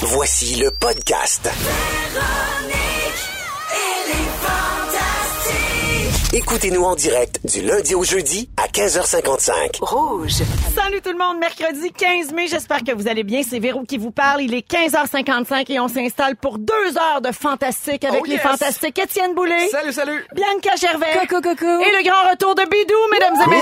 Voici le podcast. Écoutez-nous en direct du lundi au jeudi à 15h55. Rouge. Salut tout le monde, mercredi 15 mai, j'espère que vous allez bien. C'est Véro qui vous parle. Il est 15h55 et on s'installe pour deux heures de fantastique avec Oh les yes! fantastiques Étienne Boulay, Salut, salut! Bianca Gervais Coucou, coucou. et le grand retour de Bidou, mesdames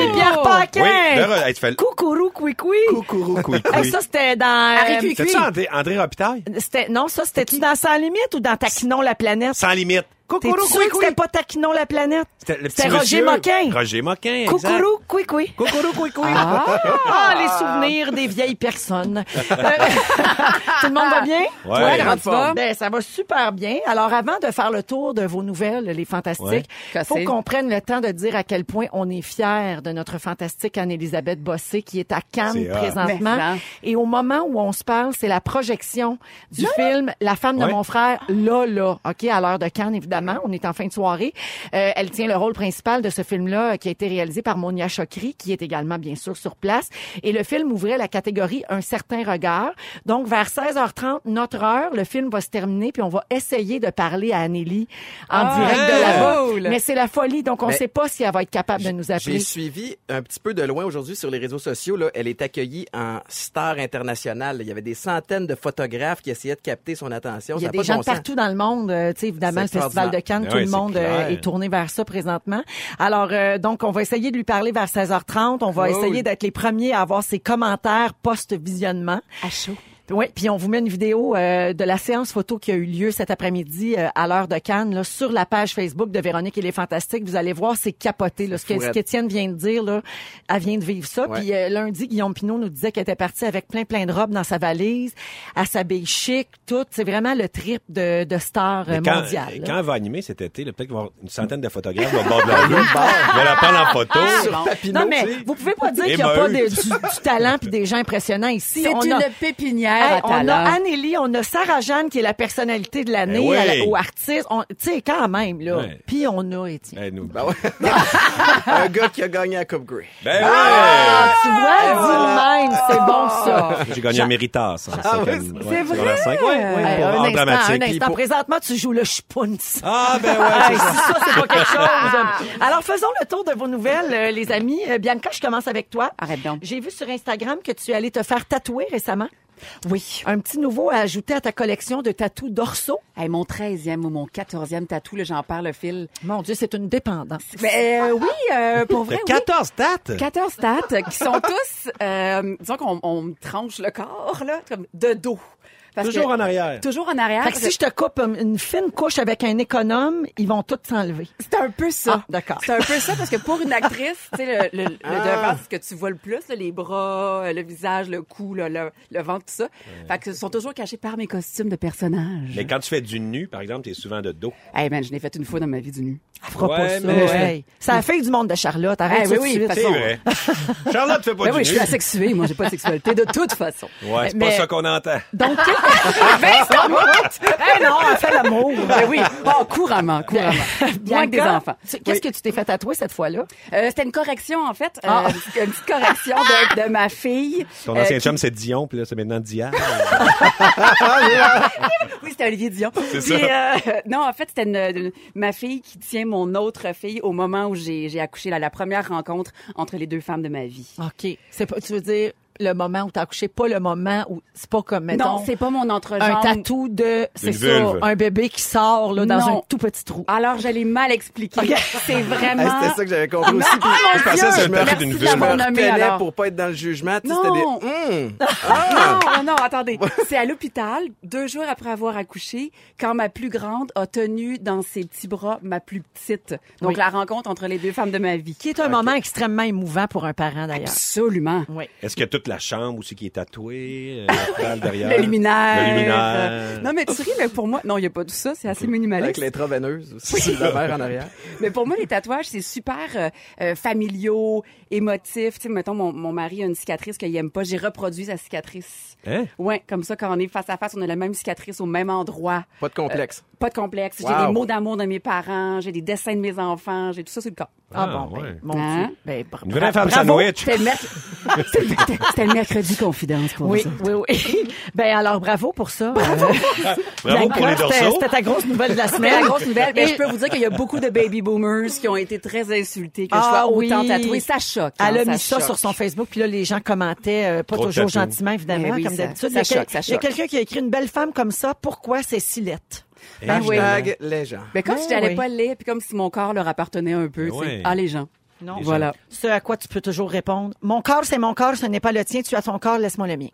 et messieurs. Coucou, Rémi Pierre Paquin. Oui, de re- hey, tu fais le Coucourou, oui, coucou, coucou. Euh, Ça, c'était dans... euh, Harry T'as-tu André, André Robitaille? c'était- non, ça, c'était-tu dans Sans Limite ou dans Taquinon la planète? Sans limite. T'es sûr que c'était pas Taquinon la planète? C'était le petit C'était Roger monsieur. Moquin. Roger Moquin, exact. Coucourou, oui, oui. Coucourou, couicou. Ah, les souvenirs des vieilles personnes. Euh, Tout le monde va bien? Ouais. Ouais, grande forme. Ben, ça va super bien. Alors, avant de faire le tour de vos nouvelles, les fantastiques, il Ouais. faut Cassé. qu'on prenne le temps de dire à quel point on est fiers de notre fantastique Anne-Élisabeth Bossé qui est à Cannes C'est hot. présentement. Mais ça. Et au moment où on se parle, c'est la projection du film La femme de Ouais. mon frère, là, là, OK, à l'heure de Cannes, évidemment. On est en fin de soirée. Euh, elle tient le rôle principal de ce film-là euh, qui a été réalisé par Monia Chokri, qui est également, bien sûr, sur place. Et le film ouvrait la catégorie Un certain regard. Donc, vers 16h30, notre heure, le film va se terminer, puis on va essayer de parler à Anneli en Ah, direct de hey! là-bas. Cool! Mais c'est la folie, donc on ne Mais- sait pas si elle va être capable de nous J'ai appeler. suivi un petit peu de loin aujourd'hui sur les réseaux sociaux. Là. Elle est accueillie en star internationale. Il y avait des centaines de photographes qui essayaient de capter son attention. Il y a Ça des pas gens bon de sens. partout dans le monde. euh, tu sais, évidemment, C'est le Festival de Cannes, extraordinaire. tout Ouais, le Ben c'est monde euh, clair. est tourné vers ça présentement. Alors, euh, donc, on va essayer de lui parler vers 16h30. On va Cool. essayer d'être les premiers à avoir ses commentaires post-visionnement. À chaud. Oui, puis on vous met une vidéo euh, de la séance photo qui a eu lieu cet après-midi euh, à l'heure de Cannes là, sur la page Facebook de Véronique et les Fantastiques. Vous allez voir, c'est capoté. Là, ce que- ce Fourette. qu'Étienne vient de dire, là, elle vient de vivre ça. Ouais. Puis euh, lundi, Guillaume Pinot nous disait qu'elle était partie avec plein plein de robes dans sa valise, à s'habille chic, tout. C'est vraiment le trip de, de star euh, Mais Quand, mondiale. là. quand elle va animer cet été, là, peut-être qu'il va y avoir une centaine de photographes au bord de la rue. Je vais la prendre en photo. Sur Papineau, Non, mais tu sais. vous pouvez pas dire Et qu'il n'y a pas Maheu. de- du, du talent puis des gens impressionnants ici. C'est On une a- pépinière Hey, à on a talent. Annélie, on a Sarah Jeanne qui est la personnalité de l'année Eh oui. à la- ou artiste. On- Tu sais, quand même, là. Ouais. Puis on a Étienne. Ben, nous. Ben ouais. un gars qui a gagné la Coupe Grey. Ben Ah, tu vois, dis le même, c'est bon ça. ouais! J'ai gagné un Ah méritas. en cinq ouais, années. c'est- Ouais, sur la cinq. Ouais, ouais, Hey, pour un en instant, un dramatique. instant. Puis pour- Présentement, tu joues le schpunz. Ah, ben ouais, c'est Hey, si ça. ça, c'est pas quelque Ah. chose. euh, Alors, faisons le tour de vos nouvelles, euh, les amis. Euh, Bianca, je commence avec toi. Arrête donc. J'ai vu sur Instagram que tu es allée te faire tatouer récemment. Oui. Un petit nouveau à ajouter à ta collection de tatous dorsaux. Hey, mon 13e ou mon 14e tatou, là, j'en perds le fil. Mon Dieu, c'est une dépendance. Mais euh, oui, euh, pour Ben vrai, T'as oui. 14 dates. 14 dates qui sont tous, euh, disons qu'on on me tranche le corps, là, comme de dos. Parce Toujours que- en arrière. Toujours en arrière. Fait que si je te coupe um, une fine couche avec un économe, ils vont tous s'enlever. C'est un peu ça. Ah, d'accord. C'est un peu ça parce que pour une actrice, tu sais, le, le, le Ah. devant, c'est ce que tu vois le plus, là, les bras, euh, le visage, le cou, là, le, le ventre, tout ça. Fait que ce sont toujours cachés par mes costumes de personnages. Mais quand tu fais du nu, par exemple, t'es souvent de dos. Hey man, je l'ai fait une fois dans ma vie du nu. Elle fera pas Ouais, ça. mais- Hey, C'est la fille du monde de Charlotte. Arrête Eh ça oui, tout de oui, suite. parce- C'est Façon. vrai. Charlotte fait pas Ben du oui, je suis nu. asexuée, moi j'ai pas de sexualité de toute façon. Ouais, c'est Mais- pas ça qu'on entend. Donc, Eh Ah, non, elle fait l'amour. Ben oui, oh, couramment, couramment. Moins que des Bianca, enfants. tu- Qu'est-ce que tu t'es fait tatouer cette fois-là? Euh, C'était une correction en fait, euh, Ah. une petite correction de, de ma fille. Ton Euh, ancien qui- chum, c'est Dion, puis là, c'est maintenant Diane. Euh, Oui, c'était Olivier Dion. C'est Puis, euh, non, en fait, c'était une- une- ma fille qui tient mon autre fille au moment où j'ai j'ai accouché, là, la première rencontre entre les deux femmes de ma vie. OK. C'est pas, tu veux dire le moment où t'as accouché, pas le moment où c'est pas comme, mettons, non, c'est pas mon entrejambe. un tatou de, c'est ça, vulve. Ah, un bébé qui sort là, dans Non. un tout petit trou. Alors, je l'ai mal expliqué. C'est vraiment... Ah, Hey, C'était ça que j'avais compris aussi. Puis mon je pensais Dieu! que je me Merci je d'une me ville. d'avoir nommé, retenais alors. pour pas être dans le jugement. Tu sais, c'était Non. des... Hum. Non, non, non, attendez. C'est à l'hôpital, deux jours après avoir accouché, quand ma plus grande a tenu dans ses petits bras ma plus petite. Donc, Oui. la rencontre entre les deux femmes de ma vie. Qui est un moment extrêmement émouvant pour un parent, d'ailleurs. Absolument. Oui. Est-ce que toute la chambre aussi qui est tatouée, euh, la toile derrière? Le luminaire. Le luminaire. Euh, Non, mais tu ris, mais pour moi, non, il n'y a pas tout ça, c'est assez Avec minimaliste. l'intraveineuse aussi, c'est la mère en arrière. Mais pour moi, les tatouages, c'est super euh, euh, familiaux, émotifs. Tu sais, mettons, mon, mon mari a une cicatrice qu'il aime pas. J'ai reproduit sa cicatrice. Hein? Ouais, comme ça, quand on est face à face, on a la même cicatrice au même endroit. Pas de complexe. Pas de complexe. J'ai Wow. des mots d'amour de mes parents, j'ai des dessins de mes enfants, j'ai tout ça sur le corps. Ah, Ah, bon, ben, ouais. mon Hein? Dieu. Ben, bra- Une vraie femme bravo. sandwich. C'était le, merc- C'était le- c'était le mercredi confidence pour Oui, vous autres. oui, oui. Ben alors, bravo pour ça. Bravo, Bravo pour les dorsaux. C'était ta grosse nouvelle de la Mais semaine. la grosse nouvelle, mais Et- je peux vous dire qu'il y a beaucoup de baby boomers qui ont été très insultés que je Ah sois autant oui. tatouée. Ça choque. hein, Elle a mis ça choque. sur son Facebook, puis là, les gens commentaient, euh, pas Trop de toujours tatous. gentiment, évidemment, Mais oui, comme ça- d'habitude. ça Il y a quel- choque, ça Il y a choque. quelqu'un qui a écrit une belle femme comme ça, pourquoi c'est si laite? Ben oui. Hashtag les gens. Mais comme si Oui, j'allais oui. pas l'aider, puis comme si mon corps leur appartenait un peu. Oui. c'est Ah, les gens. Non. Les Voilà. Ce à quoi tu peux toujours répondre, mon corps, c'est mon corps, ce n'est pas le tien, tu as ton corps, laisse-moi le mien.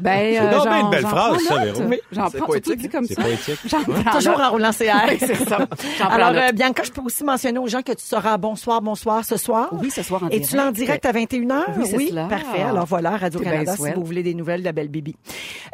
Ben, C'est donc j'en- bien une belle j'en phrase, prends ça, note. Véro. Oui, J'en C'est prends poétique, surtout dit comme C'est ça. poétique. J'en prends Toujours note. en roulant ses airs. Ah, c'est ça. J'en prends Alors, note. euh, Bianca, je peux aussi mentionner aux gens que tu seras à bonsoir, bonsoir ce soir. Oui, ce soir en Et tu l'as en direct direct. à 21h? Oui, c'est cela. parfait. Alors voilà, Radio-Canada, bien si swell. vous voulez des nouvelles de la belle Bibi.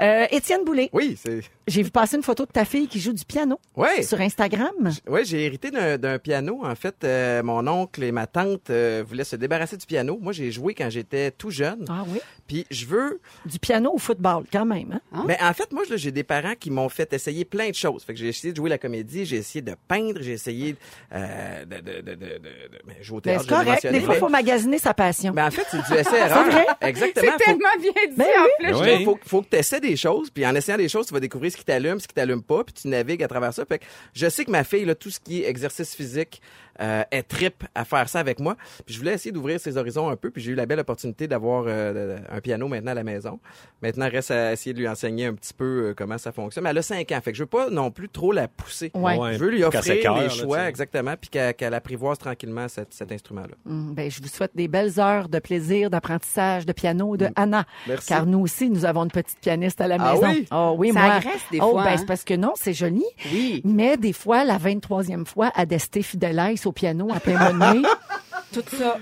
Euh, Étienne Boulay, Oui, c'est. j'ai vu passer une photo de ta fille qui joue du piano Ouais. sur Instagram. Oui, j'ai hérité d'un d'un piano. En fait, Euh, mon oncle et ma tante euh, voulaient se débarrasser du piano. Moi, j'ai joué quand j'étais tout jeune. Ah oui? Puis je veux... Du piano au football, quand même. hein? Hein? Mais en fait, moi, là, j'ai des parents qui m'ont fait essayer plein de choses. Fait que j'ai essayé de jouer la comédie, j'ai essayé de peindre, j'ai essayé euh, de, de, de, de, de- de- mais jouer au Ben, théâtre. c'est je l'ai correct. mentionné, Des fois, il mais- faut magasiner sa passion. Mais en fait, c'est du essai-erreur. vrai? Exactement. C'est Faut- tellement bien dit, Ben en plus. Ben Je oui. dis, faut, faut que tu essaies des choses, puis en essayant des choses, tu vas découvrir ce qui t'allume, ce qui t'allume pas, puis tu navigues à travers ça. Fait que je sais que ma fille, là, tout ce qui est exercice physique, euh, elle tripe à faire ça avec moi. Puis je voulais essayer d'ouvrir ses horizons un peu, puis j'ai eu la belle opportunité d'avoir euh, un piano maintenant à la maison. Maintenant, reste à essayer de lui enseigner un petit peu euh, comment ça fonctionne. Mais elle a 5 ans, fait que je veux pas non plus trop la pousser. Ouais. Je veux lui Qu'à ses offrir cœurs, les là, choix, tu sais. exactement, puis qu'elle qu'elle apprivoise tranquillement cet, cet instrument-là. Hum, Ben, je vous souhaite des belles heures de plaisir, d'apprentissage, de piano, de Anna. Mm. Merci. Car nous aussi, nous avons une petite pianiste à la Ah maison. oui? Oh oui, Ça moi. agresse des oh, fois, ben, hein? c'est parce que non, c'est joli. Oui. Mais des fois, la 23e fois, Adesté Fidelis au piano à plein mois de mai, Tout ça.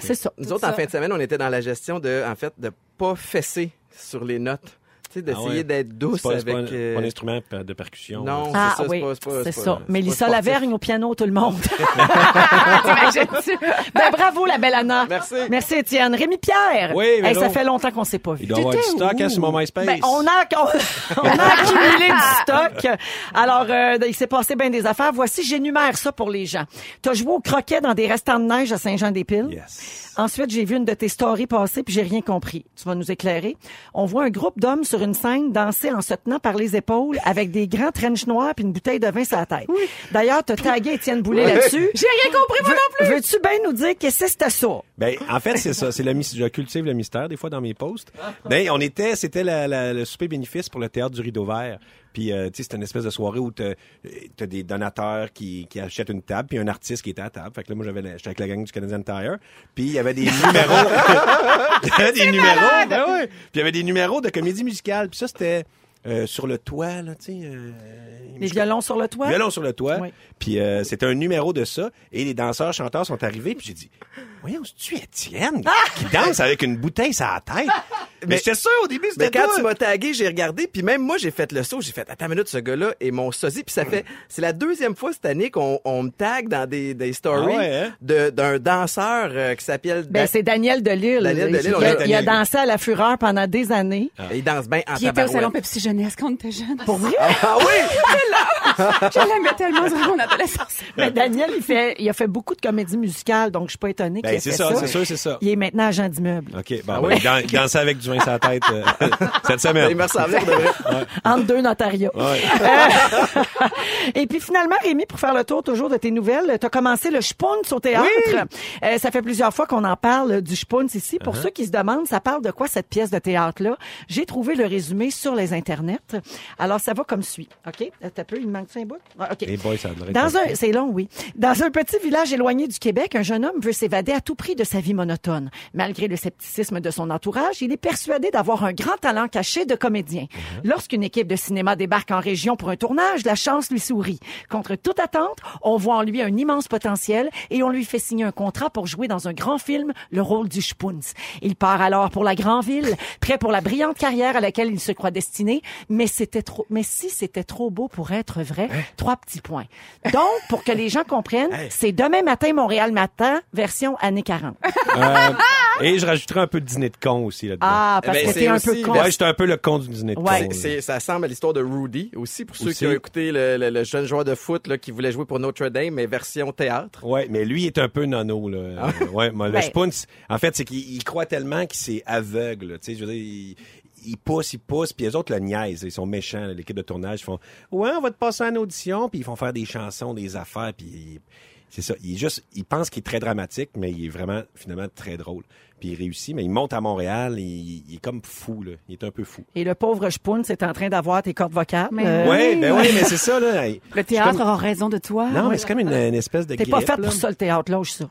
c'est ça. Nous autres, en fin de semaine, on était dans la gestion de, en fait, de pas fesser sur les notes. Tu sais, d'essayer Ah ouais. d'être douce C'est pas, c'est avec. pas un, euh, pas un instrument de percussion. Non, Ah c'est ça, oui, c'est pas- c'est pas- c'est c'est pas- ça. c'est Mélissa pas sportif. Lavergne au piano, tout le monde. T'imagines-tu? ben, bravo, la belle Anna. Merci. Merci, Étienne. Rémi Pierre. Oui, Véro. Hey, ça fait longtemps qu'on ne s'est pas vu. Il doit avoir du T'étais stock hein, où? sur mon MySpace. Ben, on, a, on, on a accumulé du stock. Alors, euh, il s'est passé bien des affaires. Voici, j'énumère ça pour les gens. T'as joué au croquet dans des restants de neige à Saint-Jean-des-Piles. Yes. Ensuite, j'ai vu une de tes stories passer puis j'ai rien compris. Tu vas nous éclairer. On voit un groupe d'hommes sur une scène danser en se tenant par les épaules avec des grands trench noirs puis une bouteille de vin sur la tête. D'ailleurs, t'as tagué Étienne Boulay là-dessus. J'ai rien compris, moi non plus. Veux, tu bien nous dire qu'est-ce que c'était ça? Ben, en fait, c'est ça. C'est le, mys- je cultive le mystère, des fois, dans mes posts. Ben, on était, c'était la- la- le souper bénéfice pour le théâtre du Rideau Vert. Puis, euh, tu sais, c'est une espèce de soirée où t'as, t'as des donateurs qui, qui achètent une table, puis un artiste qui était à table. Fait que là, moi, j'avais, la- j'étais avec la gang du Canadian Tire. Puis, il y avait des numéros. il y avait des numéros. Ben ouais. Puis, il y avait des numéros de comédie musicale. Puis ça, c'était euh, sur le toit, là, tu sais. euh, Les je- violons sur le toit? Violon sur le toit. Oui. Puis euh, c'était un numéro de ça. Et les danseurs, chanteurs sont arrivés. Puis j'ai dit, voyons, c'est-tu Étienne qui danse avec une bouteille sur la tête? mais j'étais sûr au début, Mais c'était quand toi. tu m'as tagué, j'ai regardé, puis même moi, j'ai fait le saut, j'ai fait, attends une minute, ce gars-là est mon sosie, puis ça fait, c'est la deuxième fois cette année qu'on on me tague dans des, des stories Ah ouais, hein? de- d'un danseur euh, qui s'appelle... Ben, Da- c'est Daniel Delille. Daniel Delille, on il, l'a- a, il a Daniel. dansé à la fureur pendant des années. Il danse bien en Puis il était au tabarouette. salon Pepsi Jeunesse quand on était jeune. Pour vrai? Ah oui! Je l'aimais tellement durant mon adolescence. Mais Ben, Daniel, il, fait, il a fait beaucoup de comédies musicales, donc je suis pas étonnée Ben, qu'il ait c'est fait ça, c'est sûr, c'est ça. Il est maintenant agent d'immeuble. OK, bon, ben, Ah oui? Ben, il dan- il dansait avec du vin sur la tête euh, cette semaine. Il me ressemblait pour de vrai. Entre deux notariats. Ouais. Euh, Et puis finalement, Rémi, pour faire le tour toujours de tes nouvelles, t'as commencé le Spunz au théâtre. Euh, ça fait plusieurs fois qu'on en parle du Spunz ici. Pour Uh-huh. ceux qui se demandent, ça parle de quoi cette pièce de théâtre-là? J'ai trouvé le résumé sur les internets. Alors, ça va comme suit. OK? T'as peu, il me manque un bout? Ah, OK. Les boys, ça devrait être Dans compliqué. un, c'est long, oui. Dans un petit village éloigné du Québec, un jeune homme veut s'évader à tout prix de sa vie monotone. Malgré le scepticisme de son entourage, il est persuadé d'avoir un grand talent caché de comédien. Mhm. Lorsqu'une équipe de cinéma débarque en région pour un tournage, la chance lui sourit. Contre toute attente, on voit en lui un immense potentiel et on lui fait signer un contrat pour jouer dans un grand film le rôle du Spoons. Il part alors pour la grande ville, prêt pour la brillante carrière à laquelle il se croit destiné, mais c'était trop, mais si c'était trop beau pour être vrai, Hein? trois petits points. Donc, pour que les gens comprennent, c'est demain matin, Montréal matin, version années 40. Euh, et je rajouterai un peu de dîner de con aussi là-dedans. Ah, parce Ben, que c'est t'es un aussi- peu con. Ouais, Ouais, j'étais un peu le con du dîner de Ouais. con. là. C'est, ça ressemble à l'histoire de Rudy aussi, pour ceux Aussi. qui ont écouté le, le- le jeune joueur de foot là, qui voulait jouer pour Notre Dame, mais version théâtre. Ouais, mais lui il est un peu nono Ah. là. Euh, Ouais, moi, le Ouais. Spoons, en fait, c'est qu'il il croit tellement qu'il s'est aveugle, là, tu sais, je veux dire, il, il pousse, il pousse, puis les autres le niaisent, ils sont méchants, là, l'équipe de tournage ils font "Ouais, on va te passer en audition", puis ils font faire des chansons, des affaires, puis il- c'est ça, il est juste il pense qu'il est très dramatique, mais il est vraiment finalement très drôle. Puis il réussit, mais il monte à Montréal, il, il est comme fou là, il est un peu fou. Et le pauvre Spoon, c'est en train d'avoir tes cordes vocales. Mais Euh, Ouais, ben oui, mais c'est ça là. Le théâtre aura raison de toi. Non, mais c'est comme une, une espèce de T'es pas grippe, faite là. pour ça, le théâtre, là, je suis sûre.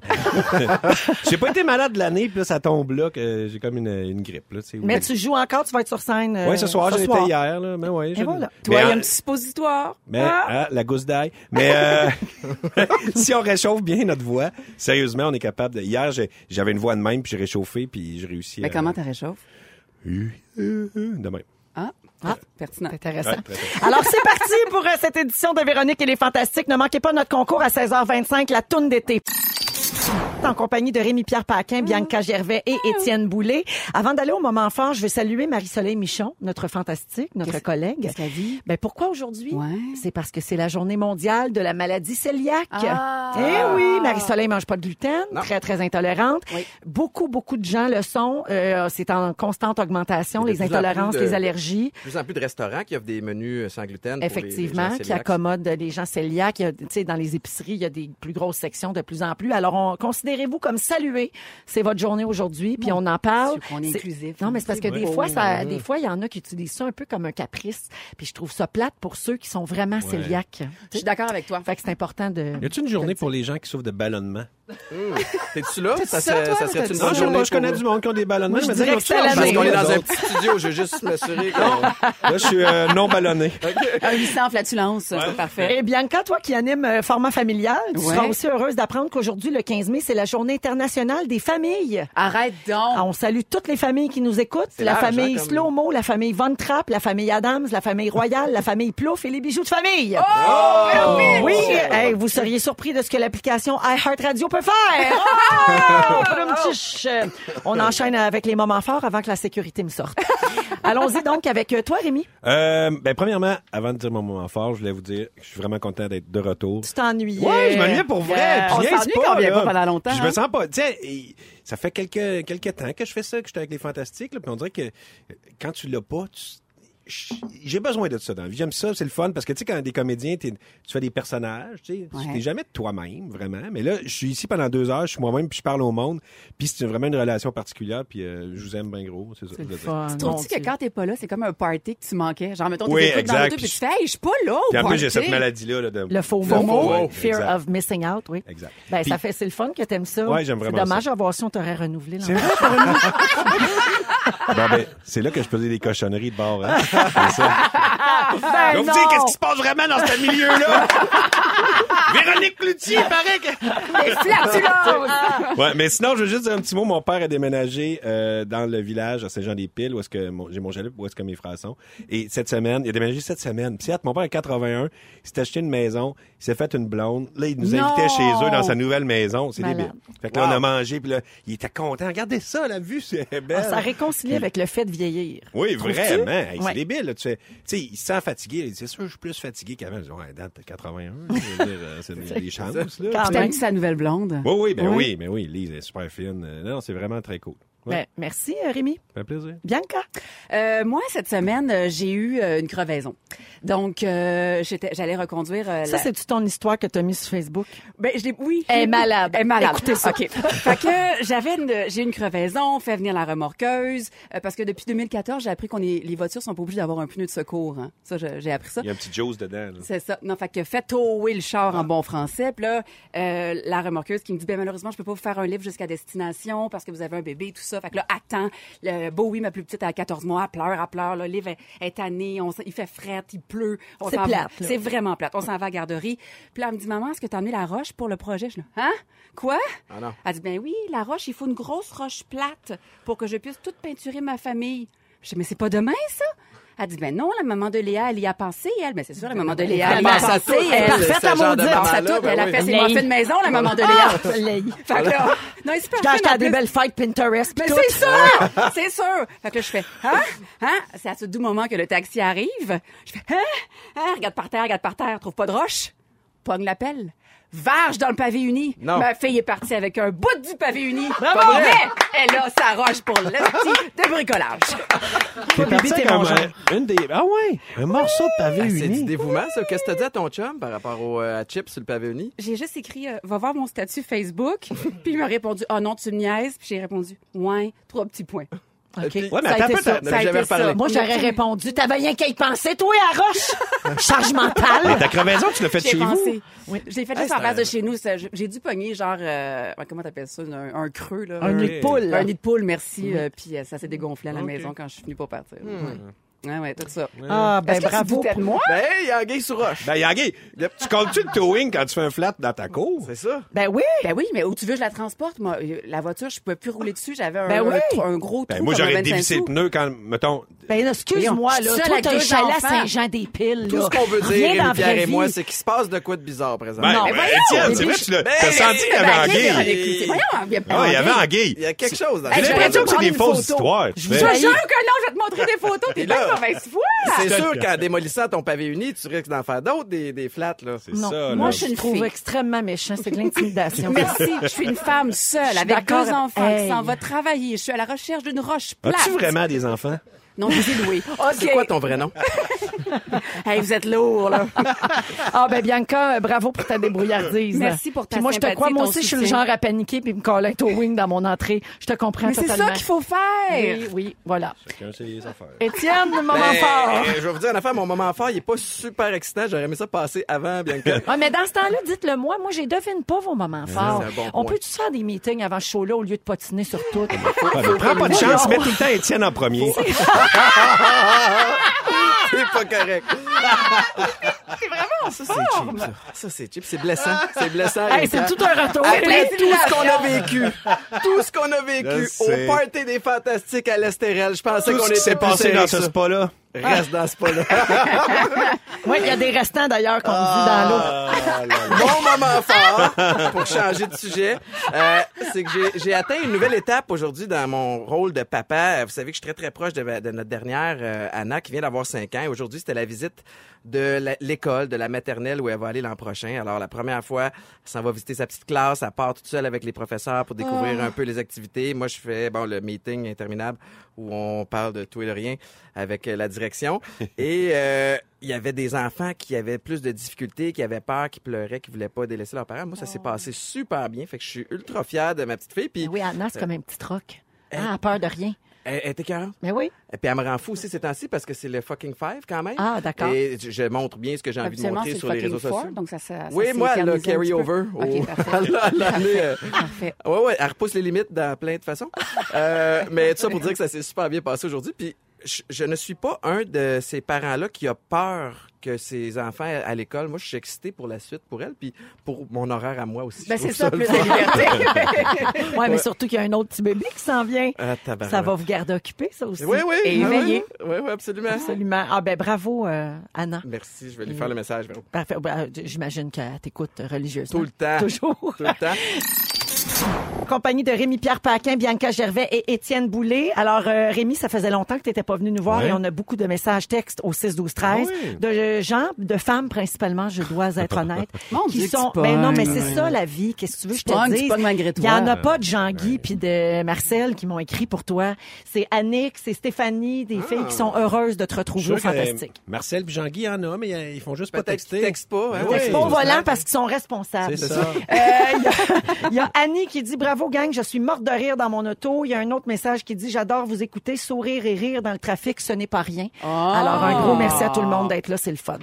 J'ai pas été malade de l'année, puis là, ça tombe là que j'ai comme une, une grippe. Là, tu sais, Mais oui. tu joues encore, tu vas être sur scène. euh, Ouais, ce soir, j'en étais hier. Là. Mais ouais, je- voilà. Toi, il y Mais, euh, a un petit suppositoire. mais, Ah! ah, la gousse d'ail. Mais euh, si on réchauffe bien notre voix, sérieusement, on est capable de... Hier, j'ai- j'avais une voix de même, puis j'ai réchauffé, puis j'ai réussi Mais à- comment t'as réchauffé? Euh, euh, euh, de même. Ah, pertinent. C'est Intéressant. Ouais, très bien. Alors, c'est parti pour euh, cette édition de Véronique et les Fantastiques. Ne manquez pas notre concours à 16h25, la toune d'été. En compagnie de Rémi-Pierre Paquin, Bianca Gervais et Étienne Boulay. Avant d'aller au moment fort, je veux saluer Marie-Soleil Michon, notre fantastique, notre Qu'est-ce- collègue. qu'est-ce qu'elle dit? Ben, pourquoi aujourd'hui? Ouais. C'est parce que c'est la journée mondiale de la maladie cœliaque. Ah. Eh oui, Marie-Soleil mange pas de gluten, Non. très, très intolérante. Oui. Beaucoup, beaucoup de gens le sont. Euh, c'est en constante augmentation, Il y a de les plus en plus intolérances, de- les allergies. De plus en plus de restaurants qui offrent des menus euh, sans gluten. pour les- les gens Effectivement, qui cœliaques. accommode les gens cœliaques. Il y a, tu sais, dans les épiceries, il y a des plus grosses sections de plus en plus. Alors, on- considérez-vous comme salué. C'est votre journée aujourd'hui, puis on en parle. Dieu, qu'on est C'est- inclusif. Oh, Non, mais c'est parce que C'est des beau. fois, ça, des fois, il y en a qui utilisent ça un peu comme un caprice. Puis je trouve ça plate pour ceux qui sont vraiment cœliaques. Je suis d'accord avec toi. Fait que c'est important de. Y a-t-il une journée pour les gens qui souffrent de ballonnement? T'es-tu là? ça, ça, serait- toi? ça serait une T'es-tu bonne ça? journée. moi, je pour- connais du monde qui ont des ballonnements. Moi, je mais dirais dis, que c'est l'autre la jour, Parce journée. qu'on est les dans un autres. petit studio, je veux juste m'assurer qu'on... Là, je suis euh, non ballonné. Un 800 flatulence, c'est parfait. Et Eh, Bianca, toi qui anime euh, Format familial, tu Ouais. seras aussi heureuse d'apprendre qu'aujourd'hui, le 15 mai, c'est la journée internationale des familles. Arrête Ah, donc. on salue toutes les familles qui nous écoutent. C'est La large, hein, famille comme- Slow-Mo, la famille Von Trapp, la famille Adams, la famille Royale, la famille Plouf et les bijoux de Oh! famille. Oh! oui, hey, vous seriez surpris de ce que l'application iHeartRadio peut faire. Oh! Prumtich. Oh! On enchaîne avec les moments forts avant que la sécurité me sorte. Allons-y donc avec toi, Rémi. Euh, ben, premièrement, avant de dire mon moment fort, je voulais vous dire que je suis vraiment content d'être de retour. Tu t'ennuies. Ouais, je m'ennuyais pour vrai. Yeah. Puis On niaise s'ennuie quand on vient là. pas pendant longtemps, Je me hein. sens pas. Tu sais, et- ça fait quelques, quelques temps que je fais ça, que j'étais avec les fantastiques. là, puis on dirait que euh, quand tu l'as pas, tu- j- j'ai besoin de ça dans la vie. J'aime ça, c'est le fun. Parce que tu sais, quand des comédiens, t'es- tu fais des personnages, tu sais, tu Ouais. t'es jamais de toi-même, vraiment. Mais là, je suis ici pendant deux heures, je suis moi-même, puis je parle au monde. Puis c'est vraiment une relation particulière, puis euh, je vous aime bien gros. C'est ça. que je veux dire. Tu Trouves-tu que quand t'es pas là, c'est comme un party que tu manquais? Genre, mettons, Oui, t'es écoutes dans exact. l'auto puis tu fais, hey, je suis pas là au Puis en plus, j'ai party. cette maladie-là. là, de... Le faux FOMO, mot, ouais, fear exact. of missing out, oui. Exact. Ben, Puis- ça fait, c'est le fun que t'aimes ça. Ouais, j'aime vraiment C'est dommage à voir si on t'aurait renouvelé. l'an- C'est vrai, pour nous. Bon, ben, c'est là que je faisais des cochonneries de bord. Hein? C'est ça. Ben Donc, non! vous savez, qu'est-ce qui se passe vraiment dans ce milieu-là? Véronique Cloutier, il paraît que... Des flatulences! Ouais, mais sinon, je veux juste dire un petit mot. Mon père a déménagé euh, dans le village à Saint-Jean-des-Piles, où est-ce que mon- j'ai mon chalet, où est-ce que mes frères sont. Et cette semaine, il a déménagé cette semaine. Puis, hâte, mon père a 81, il s'est acheté une maison, il s'est fait une blonde. Là, il nous Non! invitait chez eux dans sa nouvelle maison. C'est Malade. débile. Fait que là, on a mangé, puis là, il était content. Regardez ça, la vue, c'est belle. Ah, Ça réconcilie avec le fait de vieillir. Oui, Trouves-tu? vraiment. Hey, Ouais. C'est débile. Là. Tu fais- tu sais, il se sent fatigué. Il dit, c'est sûr, je suis plus fatigué qu'avant. Je dis, ouais, date, t'as 81. Je veux dire, euh, c'est des, des chances. Là. Quand Tu même. t'aimes sa nouvelle blonde? Oui, oui, ben oui. mais oui, Lise est super fine. Euh, Non, c'est vraiment très cool. Ouais, Ben, merci, euh, Rémi. ça fait plaisir. Bianca. Euh, moi, cette semaine, euh, j'ai eu euh, une crevaison. Donc, euh, j'étais- j'allais reconduire. euh, Ça, la- c'est-tu ton histoire que t'as mis sur Facebook? Ben, je l'ai- oui. Elle est malade. Elle est malade. Écoutez ça. OK. fait que j'avais une, j'ai une crevaison, fait venir la remorqueuse, euh, parce que depuis 2014, j'ai appris qu'on est, les voitures sont pas obligées d'avoir un pneu de secours, hein. Ça, je- j'ai appris ça. Il y a un petit Joe's dedans. là. C'est ça. Non, fait que fait tower le char en bon français. Puis là, euh, la remorqueuse qui me dit, ben malheureusement, je peux pas vous faire un livre jusqu'à destination parce que vous avez un bébé, tout ça. Fait que là, attends. Le Bowie, ma plus petite, à 14 mois, elle pleure, elle pleure. Le livre est, est tanné, on, s'en- il fait fret, il pleut. On C'est s'en va- plate, là. C'est vraiment plate. On s'en va à la garderie. Puis là, elle me dit, maman, est-ce que t'as amené la roche pour le projet? Je suis là, hein? Quoi? Ah non. Elle dit, ben oui, la roche, il faut une grosse roche plate pour que je puisse toute peinturer ma famille. Je dis, mais c'est pas demain, ça? Elle dit, ben non, la maman de Léa, elle y a pensé, elle. Mais c'est sûr, la maman de Léa, Elle elle y a pense à pensé, tout, elle. elle, Parfaite ce à genre de maudite. maman-là, Pense à tout. ben Elle a oui. Ah! fait ses Léa. morphées de maison, la maman de Léa. Lay. Fait que là, non, il est super Quand fun, j'étais en à des plus. belles fêtes Pinterest. pis Mais tout. c'est hein. sûr! C'est sûr! Fait que là, je fais, hein? Hein? C'est à ce doux moment que le taxi arrive. Je fais, hein? Hein? Regarde par terre, regarde par terre, trouve pas de roche. Pogne l'appel. Varge dans le pavé uni. Non. Ma fille est partie avec un bout du pavé uni. Bravo! Pas vrai. Elle a sa roche pour le petit de bricolage. T'es parti Bibi, t'es comme mon genre. un- une des. Ah ouais! Un morceau de pavé Ah, c'est du uni. dévouement, ça. Qu'est-ce que t'as dit à ton chum par rapport au euh, à Chip sur le pavé uni? J'ai juste écrit, euh, va voir mon statut Facebook. Puis il m'a répondu, oh non, tu me niaises. Puis j'ai répondu, ouais, trois petits points. OK. Ouais, mais Ça a attends un été peu, ça. t'as- Non, ça a j'avais été ça. reparlé. Moi, j'aurais répondu, t'avais rien qu'à y penser, toi, à Roche! Charge mentale! Ta crevaison, tu l'as faite J'ai chez vous. pensé. Je l'ai fait Ah, juste c'est en face un- de chez nous. Ça, j- J'ai dû pogner, genre, euh, comment t'appelles ça, un, un creux, là. Un nid de poule. Un nid de poule, merci. euh, puis euh, ça s'est dégonflé à la maison quand je suis venue pour partir. Hmm. Ouais. Ouais, ouais, tout ça. Ah, ben Est-ce que tu bravo. doutais de moi? Ben, hey, il y a un gay sous roche. Ben, Yagui, tu comptes-tu le towing quand tu fais un flat dans ta cour? C'est ça. Ben oui! Ben oui, mais où tu veux, je la transporte, moi. Euh, La voiture, je pouvais plus rouler dessus. J'avais un, Ben oui. un, un gros trou. Ben, moi, comme un j'aurais 25 dévissé le sous. pneu quand, mettons, Ben excuse-moi, là, Seul toi, avec t'as un deux chalet à enfants. Saint-Jean-des-Piles, Tout là. ce qu'on veut Rien dans dire, la Pierre vraie et moi, vie. c'est qu'il se passe de quoi de bizarre présentement. Ben, Non, ben, voyons, Étienne, c'est Bibi, vrai, je- tu l'as. Ben, T'as senti Bibi, qu'il y Ben, avait Guy, il anguille. y aurait des- Voyons, il y a Ah, il y avait un Il y anguille. a quelque chose. dans Hey, J'ai cette j'aurais l'impression que dû c'est des prendre une fausses photo. histoires. Je Ben, vous Je te Hey. jure que non, je vais te montrer des photos, t'es ben, Et là- pas de mauvaise foi. C'est sûr qu'en démolissant ton pavé uni, tu risques d'en faire d'autres, des, des flats, là. C'est Non, ça, moi, là. je Une le trouve fille. extrêmement méchant. C'est de l'intimidation. Merci, je suis une femme seule, suis avec d'accord. deux enfants Hey. qui s'en va travailler. Je suis à la recherche d'une roche plate. As-tu vraiment des enfants? Non, je vous ai loué. C'est quoi ton vrai nom? Hey, vous êtes lourd, là. Ah, ben Bianca, euh, bravo pour ta débrouillardise. Merci pour ta Puis moi, je te sympathie crois, et moi ton aussi, je suis le soutien. genre à paniquer puis me coller un towing dans mon entrée. Je te comprends Mais c'est totalement. ça qu'il faut faire. Oui, oui, voilà. Chacun ses affaires. Étienne, moment Ben, fort. euh, je vais vous dire en affaire, mon moment fort, il est pas super excitant. J'aurais aimé ça passer avant, bien que. Ah, mais dans ce temps-là, dites-le moi. Moi, je devine pas vos moments forts. c'est un bon On point. peut-tu faire des meetings avant ce show-là au lieu de patiner sur tout? Ouais, mais prends pas de Voyons. chance, mets tout le temps Étienne en premier. C'est pas correct. c'est vraiment ça, c'est cheap, ça. Ça, c'est cheap. C'est blessant. C'est blessant. Hey, Rémi. c'est tout un retour. Après tout ce qu'on a vécu, tout ce qu'on a Je vécu sais. au party des fantastiques à l'Estérel, je pensais Tout qu'on ce était qui s'est plus passé serré dans que ce ça. spa-là. Reste dans ce pas-là. Oui, il y a des restants d'ailleurs qu'on me dit dans Ah. l'eau. Ah, Mon moment fort, pour changer de sujet, euh, c'est que j'ai- j'ai atteint une nouvelle étape aujourd'hui dans mon rôle de papa. Euh, Vous savez que je suis très, très proche de, ma- de notre dernière euh, Anna qui vient d'avoir 5 ans. Et Aujourd'hui, c'était la visite de la- l'école, de la maternelle où elle va aller l'an prochain. Alors, la première fois, elle s'en va visiter sa petite classe. Elle part toute seule avec les professeurs pour découvrir Ah. un peu les activités. Moi, je fais bon le meeting interminable où on parle de tout et de rien avec euh, la direction. Et euh, il y avait des enfants qui avaient plus de difficultés, qui avaient peur, qui pleuraient, qui voulaient pas délaisser leurs parents. Moi, ça Ah. s'est passé super bien. Fait que je suis ultra fier de ma petite fille. Puis Ben Oui, Anna, c'est comme un petit troc. Ah, elle a peur de rien. elle, elle était écœurante. Mais oui. Et puis elle me rend fou aussi ces temps-ci parce que c'est le fucking five quand même. Ah, d'accord. Et je- je montre bien ce que j'ai envie de Habituellement, c'est montrer le sur les fucking réseaux four, sociaux. donc ça, ça, ça oui, s'est moi, oh. elle a éternisé un carry petit peu. over. au- OK, parfait. Elle a- elle a amené, euh, Parfait. Ouais, ouais, elle repousse les limites dans plein de façons. Euh, mais tout ça pour dire que ça s'est super bien passé aujourd'hui. Puis je, je ne suis pas un de ces parents-là qui a peur que ses enfants aient à l'école. Moi, je suis excité pour la suite, pour elle, puis pour mon horaire à moi aussi. Ben, Je trouve c'est ça, le plus fun. de liberté. Oui, mais surtout qu'il y a un autre petit bébé qui s'en vient. Ah, tabarouette. Ça va vous garder occupé, ça aussi. Oui, oui. Et ah, éveillé. Oui, oui, oui, absolument. Absolument. Ah, ben bravo, euh, Anna. Merci, je vais lui faire le message. Véro. Parfait. Ben, J'imagine qu'elle t'écoute religieusement. Tout le temps. Toujours. Tout le temps. En compagnie de Rémi-Pierre Paquin, Bianca Gervais et Étienne Boulay. Alors, euh, Rémi, ça faisait longtemps que tu n'étais pas venu nous voir Ouais. et on a beaucoup de messages textes au 6-12-13 Ah Oui. de euh, gens, de femmes principalement, je dois être honnête, Mon qui Dieu, sont... tu Ben non, mais pognes. c'est ça la vie. Qu'est-ce que tu veux que je Tu pognes, te tu dise? pognes malgré Il y en toi. a pas de Jean-Guy puis de Marcel qui m'ont écrit pour toi. C'est Annick, c'est Stéphanie, des Ah. filles qui sont heureuses de te retrouver au Je suis sûr que, Fantastique. euh, Marcel et Jean-Guy en a, mais euh, ils font juste pas Peut-être texter. qu'ils textent pas. Hein? Oui. Ils font c'est volant ça. parce qu'ils sont responsables. C'est ça. Il y, a- il Euh, y a Annie qui dit Bravo, gang, je suis morte de rire dans mon auto. Il y a un autre message qui dit J'adore vous écouter, sourire et rire dans le trafic, ce n'est pas rien. Ah. Alors, un gros merci à tout le monde d'être là, c'est le fun.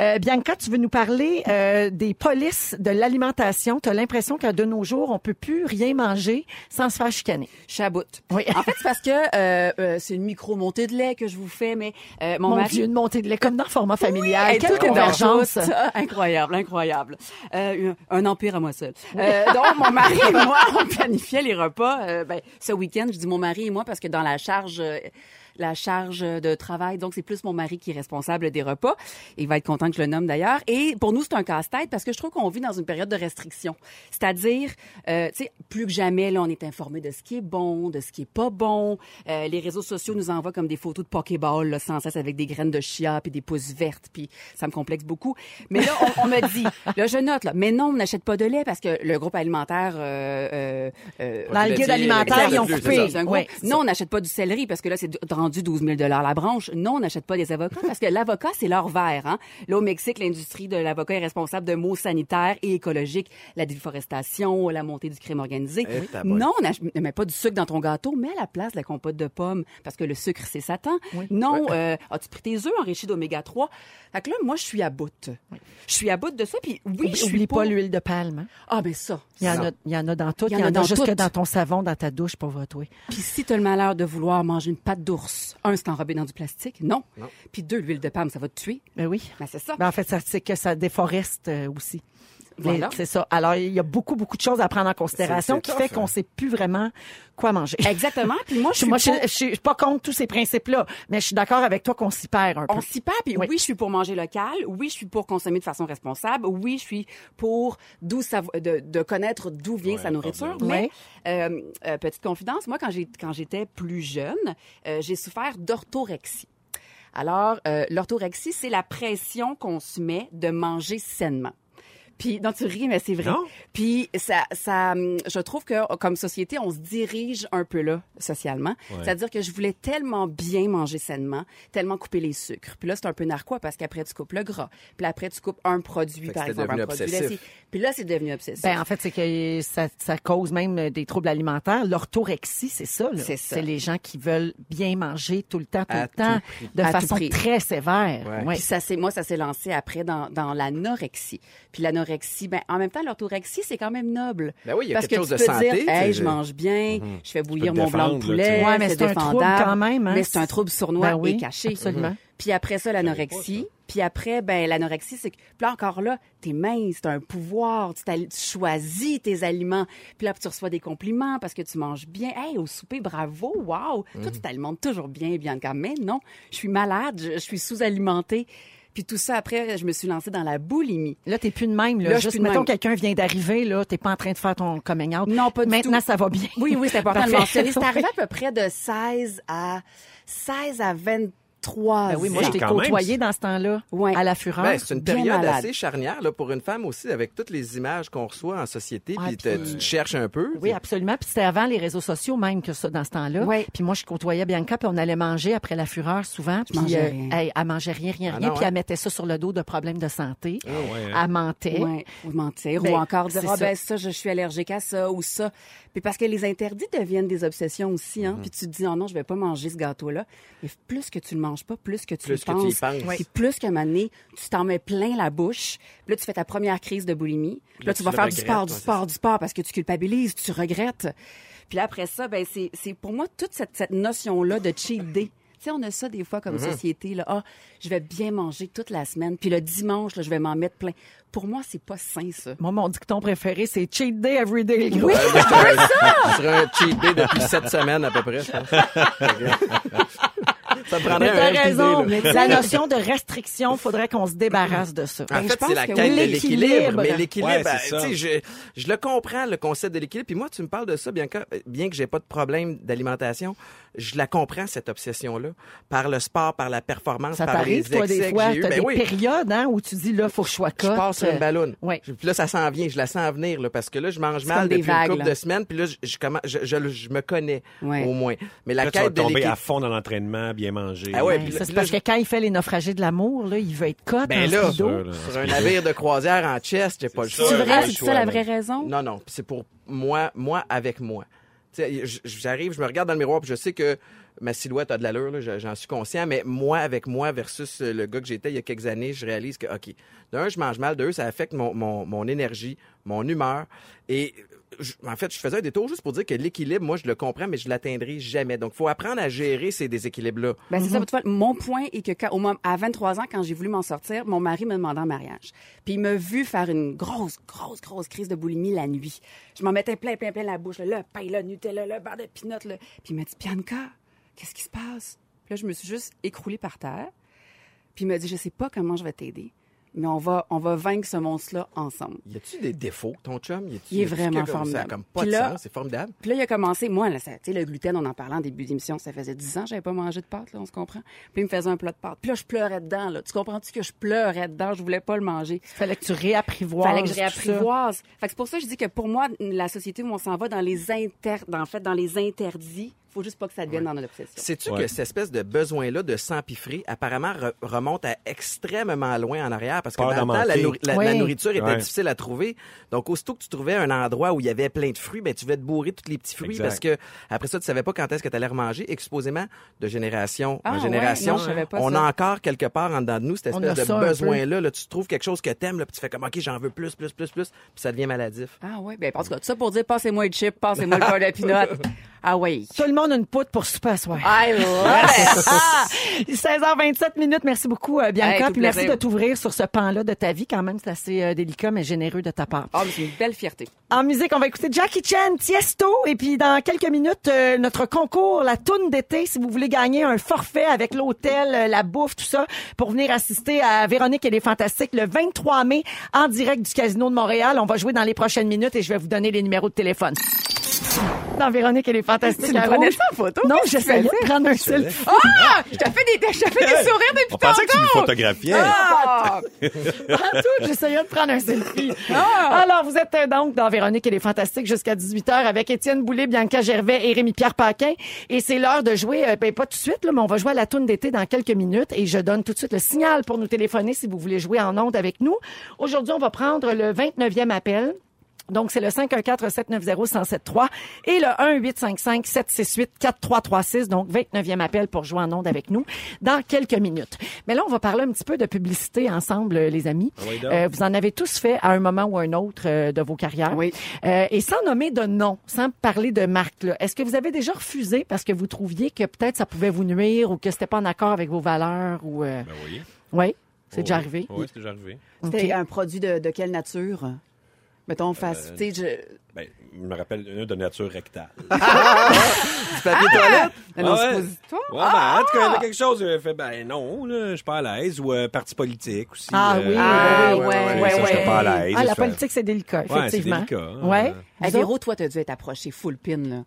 Euh, Bianca, tu veux nous parler euh, des polices de l'alimentation. Tu as l'impression que de nos jours, on peut plus rien manger sans se faire chicaner. Chaboute. Oui. En fait, c'est parce que euh, euh, c'est une micro-montée de lait que je vous fais, mais euh, mon, Mon mari... Dieu, une montée de lait comme dans le format familial. Hey, Quelle tout est dans convergence. tout. Ah, Incroyable, incroyable. Euh, un empire à moi seul. Euh, donc, mon mari et moi, on planifiait les repas. euh, ben, ce week-end, je dis mon mari et moi parce que dans la charge... euh, la charge de travail. Donc, c'est plus mon mari qui est responsable des repas. Il va être content que je le nomme d'ailleurs. Et pour nous, c'est un casse-tête parce que je trouve qu'on vit dans une période de restriction. C'est-à-dire, euh, tu sais, plus que jamais, là, on est informé de ce qui est bon, de ce qui est pas bon. Euh, les réseaux sociaux nous envoient comme des photos de Pokéball, là, sans cesse, avec des graines de chia, puis des pousses vertes, puis ça me complexe beaucoup. Mais là, on, on me dit, là, je note, là, mais non, on n'achète pas de lait parce que le groupe alimentaire... euh, euh, euh, Dans le l'ai guide dit, alimentaire, le ils ont plus, c'est coupé. ça. c'est un gros. Ouais. non, on n'achète pas du céleri parce que là, c'est rendu 12 000 la branche. Non, on n'achète pas des avocats parce que l'avocat, c'est l'or vert. Hein? Là, au Mexique, l'industrie de l'avocat est responsable de maux sanitaires et écologiques, la déforestation, la montée du crime organisé. Eh, tabarouette. non, on n'ach- ne met pas du sucre dans ton gâteau, mais à la place de la compote de pommes parce que le sucre, c'est Satan. Non, euh, as-tu pris tes œufs enrichis d'oméga 3? Fait que là, moi, je suis à bout. Je suis à bout de ça. Puis oui, je Oublie, suis pas pas... l'huile de palme. hein. Ah, ben ça. Il y, en a, il y en a dans tout. Il y en a, jusque tout. dans ton savon, dans ta douche, pauvre toi. Puis si tu as le malheur de vouloir manger une pâte d'ours, un, c'est enrobé dans du plastique, non. Puis deux, l'huile de palme, ça va te tuer. Ben oui. Ben, c'est ça. Ben, en fait, ça- c'est que ça déforeste euh, aussi. Voilà. Les- C'est ça. Alors, il y a beaucoup, beaucoup de choses à prendre en considération C'est- qui c'est fait tough, qu'on hein. sait plus vraiment quoi manger. Exactement. Puis moi, Je, je suis moi, je, pour- je suis pas contre tous ces principes-là, mais je suis d'accord avec toi qu'on s'y perd un peu. On s'y perd, puis oui. Oui. je suis pour manger local, oui, je suis pour consommer de façon responsable, oui, je suis pour d'où ça, de, de connaître d'où vient Ouais, sa nourriture. pardon. Mais euh, euh, petite confidence, moi, quand j'ai quand j'étais plus jeune, euh, j'ai souffert d'orthorexie. Alors, euh, l'orthorexie, c'est la pression qu'on se met de manger sainement. Puis, non, tu ris, mais c'est vrai. Non. Puis, ça, ça, hum, je trouve que comme société, on se dirige un peu là, socialement. C'est-à-dire que je voulais tellement bien manger sainement, tellement couper les sucres. Puis là, c'est un peu narquois parce qu'après, tu coupes le gras. Puis là, après, tu coupes un produit, Fait que par c'était exemple, un devenu produit obsessif. laitier. Puis là, c'est devenu obsessif. Ben, en fait, c'est que ça, ça cause même euh, des troubles alimentaires. L'orthorexie, c'est ça. là. C'est ça. C'est les gens qui veulent bien manger tout le temps, tout À le temps, tout prix. de À tout façon prix. très sévère. Ouais. Ouais. Puis ça, c'est moi, ça s'est lancé après dans, dans l'anorexie. Puis l'anorexie, ben en même temps, l'orthorexie, c'est quand même noble. Ben oui, il y a Parce quelque que chose tu de peux santé, Dire, tu sais, Mm-hmm. hey, je je- mange bien, je fais bouillir Tu peux mon te blanc défendre, de là, tu poulet. sais. Ouais, mais c'est un défendable. trouble quand même, hein. Mais c'est un trouble sournois Ben oui, et caché. Mhm. absolument. Puis après ça, l'anorexie. Puis après, ben l'anorexie, c'est que puis là encore là, t'es mince, t'as un pouvoir, tu, t'all- tu choisis tes aliments. Puis là, tu reçois des compliments parce que tu manges bien. Hey, au souper, bravo, wow. Mhm. Toi, tu t'alimentes toujours bien, bien quand même. Non, je suis malade, je, je suis sous-alimentée. Puis tout ça, après, je me suis lancée dans la boulimie. Là, t'es plus de même. Là. Là, je suis Juste, plus de mettons, même. quelqu'un vient d'arriver, là, t'es pas en train de faire ton coming out. Non, pas du Maintenant, tout. ça va bien. Oui, oui, c'est important de Parfait. mentionner. C'est arrivé à peu près de 16 à 16 à 23 Ben oui, moi, ans. je t'ai Quand même, côtoyé dans ce temps-là, Ouais. à la fureur. Ben, c'est une Ah, bien période malade. assez charnière là, pour une femme aussi, avec toutes les images qu'on reçoit en société, Ouais, puis te- puis- tu te cherches un peu. Oui, puis- absolument. Puis c'était avant les réseaux sociaux même que ça, dans ce temps-là. Ouais. Puis moi, je côtoyais Bianca, puis on allait manger après la fureur souvent. Puis mangeais euh, rien. elle, elle mangeait rien, rien, Ah rien. non, Puis hein? Ah elle mettait ça sur le dos de problèmes de santé. ouais, Elle mentait. Ouais, ou de mentir, Ben, ou encore dire c'est ah ça. ben ça je suis allergique à ça ou ça. Puis parce que les interdits deviennent des obsessions aussi Mm-hmm. hein. Puis tu te dis non non, je vais pas manger ce gâteau là. Mais plus que tu le manges pas, plus que tu Plus le que tu y penses. penses. Puis plus qu'à un moment donné, tu t'en mets plein la bouche. Puis là tu fais ta première crise de boulimie. Puis là, Là, tu tu vas le faire du regrettes, sport, du ouais, c'est sport, du sport parce que tu culpabilises, tu regrettes. Puis là, après ça ben c'est c'est pour moi toute cette, cette notion là de cheat day. Tu sais, on a ça des fois comme société, là. Ah, je vais bien manger toute la semaine, puis le dimanche, là, je vais m'en mettre plein. Pour moi, c'est pas sain, ça. Moi, mon dicton préféré, c'est cheat day every day. le gars. Euh, moi, je serais- je serais un cheat day depuis sept semaines à peu près, je pense. Ça me Mais prendrait t'as un RPD, raison. ben, là. La notion de restriction, faudrait qu'on se débarrasse de ça. En Ben, je fait, pense c'est la que quête oui. de L'équilibre. l'équilibre. Mais Ouais, l'équilibre, c'est euh, ça. tu sais, je, je le comprends, le concept de l'équilibre. Puis moi, tu me parles de ça, bien que, bien que j'ai pas de problème d'alimentation, je la comprends, cette obsession-là. Par le sport, par la performance, Ça par les t'arrive, excès toi, des que fois, j'ai eu. t'as Ben des oui. périodes hein, où tu dis, là, faut que je sois euh, Je cotte. pars sur euh, une ballonne. Ouais. Puis là, ça s'en vient. Je la sens venir, là, parce que là, je mange comme mal des depuis vagues, une couple là. de semaines. Puis là, je, je, commence- je, je- je me connais, Ouais. au moins. Mais la Là, tu vas quête de tomber l'équilibre... à fond dans l'entraînement, bien manger. Ah ouais, Ben, puis ça, là- c'est puis parce que là, quand il fait les naufragés de l'amour, là, il veut être cotte en Ben là, speedo. Sûr, là. sur un navire de croisière en chest, j'ai pas le C'est choix. sûr. C'est Ouais, vrai, le c'est choix, ça la là. vraie raison. Non, non, c'est pour moi, moi avec moi. Tu sais, j- J'arrive, je me regarde dans le miroir, puis je sais que ma silhouette a de l'allure, là, j- j'en suis conscient, mais moi avec moi versus euh, le gars que j'étais il y a quelques années, je réalise que, OK, d'un, je mange mal, deux, ça affecte mon, mon, mon énergie, mon humeur. Et je- en fait, je faisais un détour juste pour dire que l'équilibre, moi, je le comprends, mais je l'atteindrai jamais. Donc, faut apprendre à gérer ces déséquilibres-là. Ben, c'est ça, tu vois, mon point est que quand, au moment, à 23 ans, quand j'ai voulu m'en sortir, mon mari me demandait en mariage. Puis il m'a vu faire une grosse, grosse, grosse crise de boulimie la nuit. Je m'en mettais plein, plein, plein la bouche, là, le pain, le Nutella, le beurre de pinot, là. Puis il m'a dit, Bianca, qu'est-ce qui se passe? Puis là, je me suis juste écroulée par terre. Puis il m'a dit, je sais pas comment je vais t'aider, mais on va, on va vaincre ce monstre-là ensemble. Y a-tu des défauts, ton chum? Y a-tu- Il est y a-tu vraiment quelque- Ça a formidable. comme pas Puis de là- sens, c'est formidable. Puis là, il a commencé, moi, là, ça- tu sais, le gluten, on en parlait en début d'émission, ça faisait 10 ans, j'avais pas mangé de pâtes, là, on se comprend. Puis il me faisait un plat de pâtes. Puis là, je pleurais dedans, là. Tu comprends-tu que je pleurais dedans? Je voulais pas le manger. Fallait que tu réapprivoises. Fallait que je tout ça. réapprivoise. Fait que c'est pour ça que je dis que pour moi, la société où on s'en va dans les inter, dans- en fait, dans les interdits, faut juste pas que ça devienne dans notre obsession. Sais-tu Ouais. que cette espèce de besoin-là de s'empiffrer, apparemment, re- remonte à extrêmement loin en arrière? Parce que Peur dans d'en le temps, la, manquer. nourri- la- Oui. la nourriture était Ouais. difficile à trouver. Donc, aussitôt que tu trouvais un endroit où il y avait plein de fruits, ben, tu devais te bourrer tous les petits fruits Exact. parce que après ça, tu savais pas quand est-ce que tu allais remanger. Et que supposément, de génération Ah, en ouais, génération, non, je savais pas on ça. a encore quelque part en dedans de nous cette On espèce a de ça un peu. besoin-là. Là, tu trouves quelque chose que t'aimes, là, puis tu fais comme, OK, j'en veux plus, plus, plus, plus, puis ça devient maladif. Ah oui, ben en tout cas, tout ça pour dire passez-moi le chip, passez-moi le beurre de pinot. Ah oui. Tout le monde a une poutre pour souper à soir. Ah, I love it. Ah! 16h27 minutes. Merci beaucoup, euh, Bianca. Hey, tout puis merci plaisir. de t'ouvrir sur ce pan-là de ta vie. Quand même, c'est assez euh, délicat, mais généreux de ta part. Ah, mais c'est une belle fierté. En musique, on va écouter Jackie Chan, Tiesto. Et puis, dans quelques minutes, euh, notre concours, la toune d'été, si vous voulez gagner un forfait avec l'hôtel, euh, la bouffe, tout ça, pour venir assister à Véronique et les Fantastiques le 23 mai en direct du Casino de Montréal. On va jouer dans les prochaines minutes et je vais vous donner les numéros de téléphone. Dans Véronique et les Fantastiques. Tu me à prenais Rouge. ça en photo? Non, Qu'est-ce que tu j'essayais de faisais? prendre un selfie. Ah! Je t'ai fait des, je t'ai fait des sourires depuis On tantôt! pensait que tu nous photographiais. Ah! Pas en tout, j'essayais de prendre un selfie. Alors, vous êtes euh, donc dans Véronique et les Fantastiques jusqu'à 18h avec Étienne Boulay, Bianca Gervais et Rémi-Pierre Paquin. Et c'est l'heure de jouer, euh, ben, pas tout de suite, là, mais on va jouer à la toune d'été dans quelques minutes. Et je donne tout de suite le signal pour nous téléphoner si vous voulez jouer en ondes avec nous. Aujourd'hui, on va prendre le 29e appel. Donc, c'est le 514-790-1073 et le 1-855-768-4336. Donc, 29e appel pour jouer en ondes avec nous dans quelques minutes. Mais là, on va parler un petit peu de publicité ensemble, euh, les amis. Ah oui, donc. vous en avez tous fait à un moment ou un autre euh, de vos carrières. Oui. Euh, et sans nommer de nom, sans parler de marque, là, est-ce que vous avez déjà refusé parce que vous trouviez que peut-être ça pouvait vous nuire ou que c'était pas en accord avec vos valeurs ou... euh, Ben oui. Oui, c'est déjà Oui. arrivé. Oh Oui, c'est déjà arrivé. C'était Ok. un produit de, de quelle nature? Mettons, face, tu sais, Ben, je me rappelle un de nature rectale. Du papier toilette? je... Non, ouais. c'est positif. Ouais, ben, en tout cas, il Ah! y avait quelque chose, il avait fait, ben non, là, je suis pas à l'aise. Ou euh, parti politique aussi. euh, Ah oui, Ah, oui, oui, ouais, oui, ouais, ça, j'étais ouais. pas à l'aise. Ah, la Fait- politique, c'est délicat, c'est effectivement. délicat, hein. Ouais. Hey, Vous autres? Véro, toi, t'as dû être approché full pin, là.